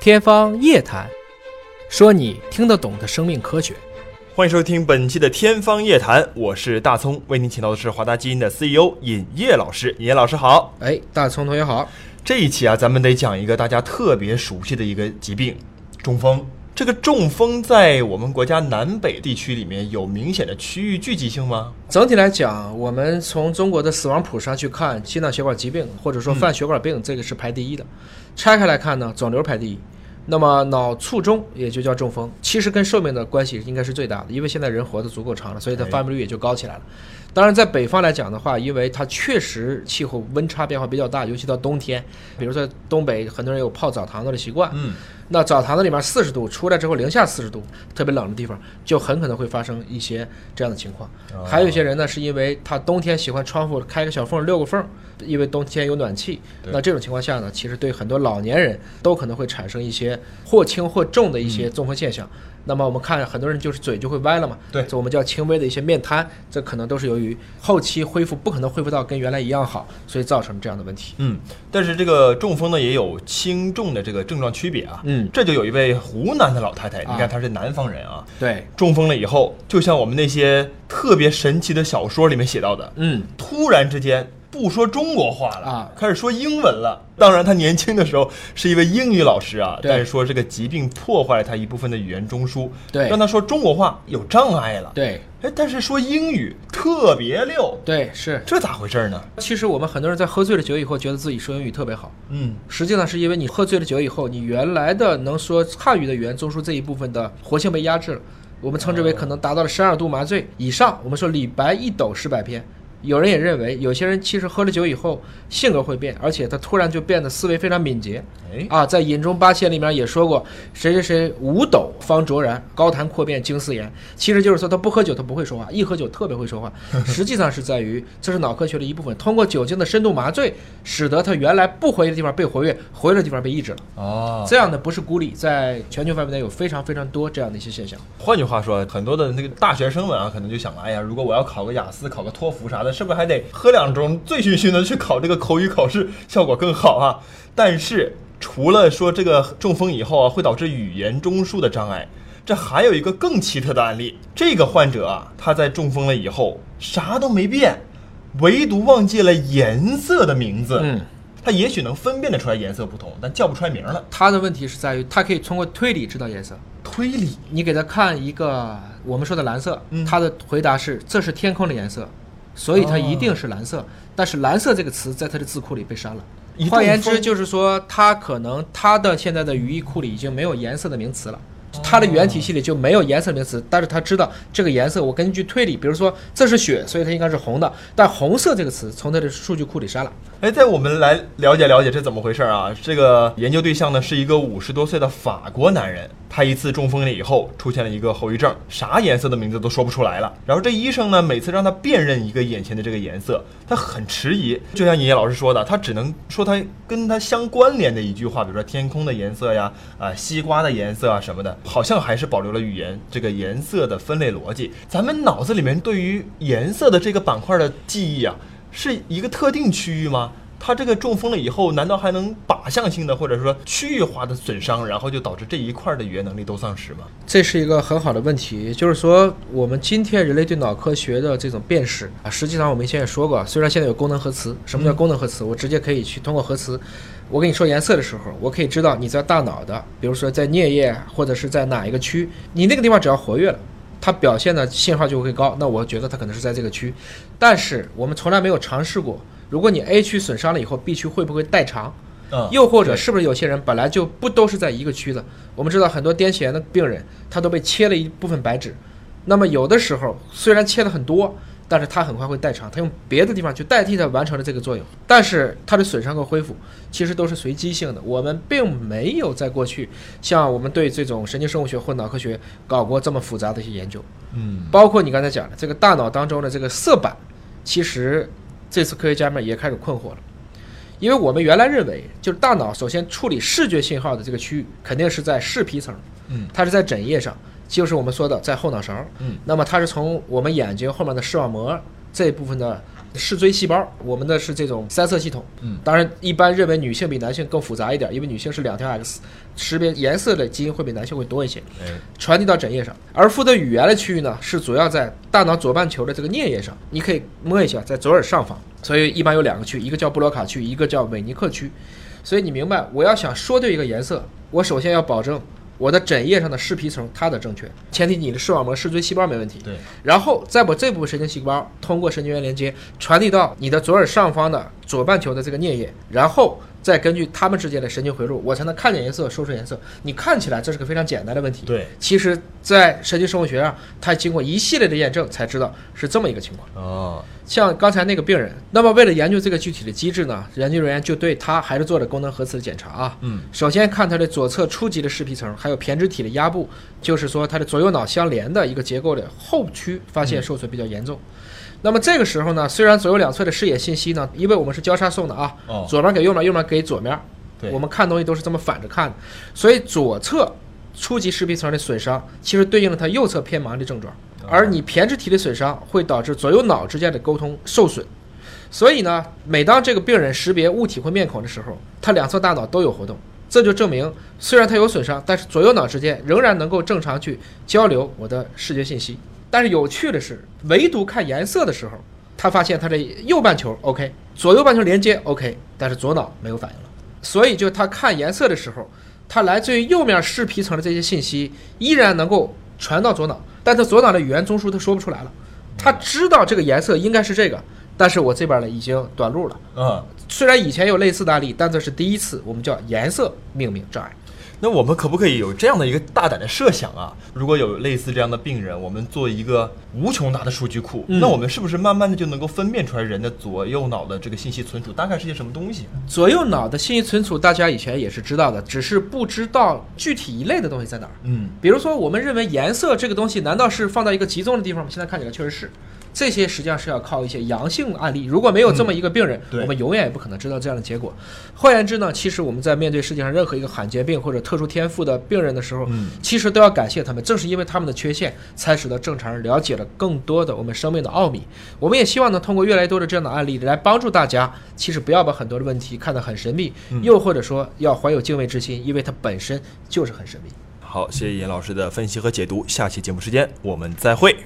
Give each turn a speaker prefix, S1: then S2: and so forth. S1: 天方夜谭，说你听得懂的生命科学。
S2: 欢迎收听本期的《天方夜谭》，我是大葱，为您请到的是华大基因的 CEO 尹烨老师。尹烨老师好，
S1: 哎，大葱同学好，
S2: 这一期啊，咱们得讲一个大家特别熟悉的一个疾病——中风。这个中风在我们国家南北地区里面有明显的区域聚集性吗？
S1: 整体来讲，我们从中国的死亡谱上去看，心脏血管疾病或者说泛血管病，这个是排第一的。拆开来看呢，肿瘤排第一。那么脑卒中也就叫中风，其实跟寿命的关系应该是最大的，因为现在人活得足够长了，所以它发病率也就高起来了。当然，在北方来讲的话，因为它确实气候温差变化比较大，尤其到冬天，比如说东北很多人有泡澡堂子的习惯，
S2: 嗯，
S1: 那澡堂子里面四十度，出来之后零下四十度，特别冷的地方，就很可能会发生一些这样的情况。
S2: 哦
S1: 还有一些人呢，是因为他冬天喜欢窗户开个小缝儿、溜个缝儿，因为冬天有暖气。
S2: 对
S1: 那这种情况下呢，其实对很多老年人都可能会产生一些或轻或重的一
S2: 嗯
S1: 些中风现象。那么我们看很多人就是嘴就会歪了嘛，
S2: 对
S1: 这我们叫轻微的一些面瘫，这可能都是由于后期恢复不可能恢复到跟原来一样好，所以造成这样的问题。
S2: 嗯，但是这个中风呢，也有轻重的这个症状区别啊。
S1: 嗯，
S2: 这就有一位湖南的老太太，你
S1: 啊
S2: 看她是南方人啊，
S1: 对，
S2: 中风了以后，就像我们那些特别神奇的小说里面写到的，
S1: 嗯。
S2: 突然之间不说中国话了
S1: 啊
S2: 开始说英文了。当然，他年轻的时候是一位英语老师啊，
S1: 对
S2: 但是说这个疾病破坏了他一部分的语言中枢，
S1: 对
S2: 让他说中国话有障碍了。
S1: 对
S2: 哎，但是说英语特别溜，
S1: 对是，
S2: 这咋回事呢？
S1: 其实我们很多人在喝醉了酒以后，觉得自己说英语特别好，
S2: 嗯，
S1: 实际上是因为你喝醉了酒以后，你原来的能说汉语的语言中枢这一部分的活性被压制了，我们称之为可能达到了十二度麻醉以上。我们说李白一斗诗百篇。有人也认为，有些人其实喝了酒以后性格会变，而且他突然就变得思维非常敏捷。
S2: 哎，
S1: 啊，在《饮中八仙》里面也说过，谁谁谁五斗方卓然，高谈阔辩经四言。其实就是说他不喝酒他不会说话，一喝酒特别会说话。实际上是在于这是脑科学的一部分，通过酒精的深度麻醉，使得他原来不活跃的地方被活跃，活跃的地方被抑制了。
S2: 哦，
S1: 这样的不是孤立，在全球范围内有非常非常多这样的一些现象。
S2: 换句话说，很多的那个大学生们啊，可能就想了，哎呀，如果我要考个雅思、考个托福啥的，是不是还得喝两盅，醉醺醺的去考这个口语考试，效果更好啊？但是除了说这个中风以后啊，会导致语言中枢的障碍，这还有一个更奇特的案例，这个患者啊，他在中风了以后啥都没变，唯独忘记了颜色的名字。
S1: 嗯，
S2: 他也许能分辨得出来颜色不同，但叫不出来名儿了。
S1: 他的问题是在于他可以通过推理知道颜色。
S2: 推理
S1: 你给他看一个我们说的蓝色，
S2: 嗯
S1: 他的回答是这是天空的颜色，所以它
S2: 哦
S1: 一定是蓝色。但是蓝色这个词在他的字库里被删了
S2: 一。
S1: 换
S2: 阵
S1: 言之，
S2: 风
S1: 就是说他可能他的现在的语义库里已经没有颜色的名词了。
S2: 哦
S1: 它的原体系里就没有颜色名词，但是他知道这个颜色，我根据推理，比如说这是血，所以它应该是红的，但红色这个词从它的数据库里删了。
S2: 哎，在我们来了解了解这怎么回事儿啊？这个研究对象呢是一个五十多岁的法国男人，他一次中风了以后出现了一个后遗症，啥颜色的名字都说不出来了。然后这医生呢每次让他辨认一个眼前的这个颜色，他很迟疑。就像尹烨老师说的，他只能说他跟他相关联的一句话，比如说天空的颜色呀，啊、西瓜的颜色啊什么的，好像还是保留了语言这个颜色的分类逻辑。咱们脑子里面对于颜色的这个板块的记忆啊。是一个特定区域吗？他这个中风了以后，难道还能靶向性的或者说区域化的损伤，然后就导致这一块的语言能力都丧失吗？
S1: 这是一个很好的问题，就是说我们今天人类对脑科学的这种辨识啊，实际上我们以前也说过，虽然现在有功能核磁，什么叫功能核磁？我直接可以去通过核磁，我跟你说颜色的时候，我可以知道你在大脑的，比如说在颞叶或者是在哪一个区，你那个地方只要活跃了。它表现的信号就会高，那我觉得它可能是在这个区，但是我们从来没有尝试过，如果你 A 区损伤了以后，B 区会不会代偿？
S2: 嗯
S1: 又或者是不是有些人本来就不都是在一个区的？我们知道很多癫痫的病人，他都被切了一部分白纸，那么有的时候虽然切的很多，但是他很快会代偿，他用别的地方去代替他完成了这个作用，但是他的损伤和恢复其实都是随机性的。我们并没有在过去像我们对这种神经生物学或脑科学搞过这么复杂的一些研究。
S2: 嗯，
S1: 包括你刚才讲的这个大脑当中的这个色板，其实这次科学家们也开始困惑了，因为我们原来认为就是大脑首先处理视觉信号的这个区域肯定是在视皮层，
S2: 嗯，
S1: 它是在枕叶上，就是我们说的在后脑勺，
S2: 嗯，
S1: 那么它是从我们眼睛后面的视网膜这一部分的视锥细胞，我们的是这种三色系统。
S2: 嗯，
S1: 当然一般认为女性比男性更复杂一点，因为女性是两条 X，识别颜色的基因会比男性会多一些，
S2: 哎，
S1: 传递到枕叶上。而负责语言的区域呢，是主要在大脑左半球的这个颞叶上，你可以摸一下，在左耳上方。所以一般有两个区，一个叫布罗卡区，一个叫美尼克区。所以你明白，我要想说对一个颜色，我首先要保证我的枕叶上的视皮层它的正确，前提你的视网膜视锥细胞没问题。
S2: 对，
S1: 然后再把这部分神经细胞通过神经元连接传递到你的左耳上方的左半球的这个颞叶，然后再根据它们之间的神经回路，我才能看见颜色，说出颜色。你看起来这是个非常简单的问题，
S2: 对，
S1: 其实，在神经生物学上，它经过一系列的验证才知道是这么一个情况。
S2: 哦，
S1: 像刚才那个病人，那么为了研究这个具体的机制呢，研究人员就对他还是做了功能核磁的检查啊。
S2: 嗯，
S1: 首先看它的左侧初级的视皮层，还有胼胝体的压部，就是说它的左右脑相连的一个结构的后区发
S2: 嗯
S1: 现受损比较严重。那么这个时候呢，虽然左右两侧的视野信息呢，因为我们是交叉送的啊，
S2: 哦，
S1: 左面给右面，右面给左面，
S2: 对，
S1: 我们看东西都是这么反着看的，所以左侧初级视皮层的损伤，其实对应了它右侧偏盲的症状，
S2: 啊
S1: 而你胼胝体的损伤会导致左右脑之间的沟通受损。所以呢，每当这个病人识别物体或面孔的时候，他两侧大脑都有活动，这就证明虽然他有损伤，但是左右脑之间仍然能够正常去交流我的视觉信息。但是有趣的是，唯独看颜色的时候，他发现他的右半球 OK，左右半球连接 OK，但是左脑没有反应了。所以就他看颜色的时候，他来自于右面视皮层的这些信息依然能够传到左脑，但他左脑的语言中枢他说不出来了。他知道这个颜色应该是这个，但是我这边呢已经短路了。
S2: 嗯，
S1: 虽然以前有类似的案例，但这是第一次，我们叫颜色命名障碍。
S2: 那我们可不可以有这样的一个大胆的设想啊？如果有类似这样的病人，我们做一个无穷大的数据库，
S1: 嗯
S2: 那我们是不是慢慢的就能够分辨出来人的左右脑的这个信息存储大概是些什么东西？
S1: 左右脑的信息存储，大家以前也是知道的，只是不知道具体一类的东西在哪儿。
S2: 嗯，
S1: 比如说，我们认为颜色这个东西，难道是放到一个集中的地方吗？现在看起来确实是。这些实际上是要靠一些阳性案例，如果没有这么一个病人，
S2: 对
S1: 我们永远也不可能知道这样的结果。换言之呢，其实我们在面对世界上任何一个罕见病或者特殊天赋的病人的时候，
S2: 嗯
S1: 其实都要感谢他们，正是因为他们的缺陷，才使得正常人了解了更多的我们生命的奥秘。我们也希望呢，通过越来越多的这样的案例来帮助大家，其实不要把很多的问题看得很神秘，
S2: 嗯
S1: 又或者说要怀有敬畏之心，因为它本身就是很神秘。
S2: 好，谢谢严老师的分析和解读，下期节目时间我们再会。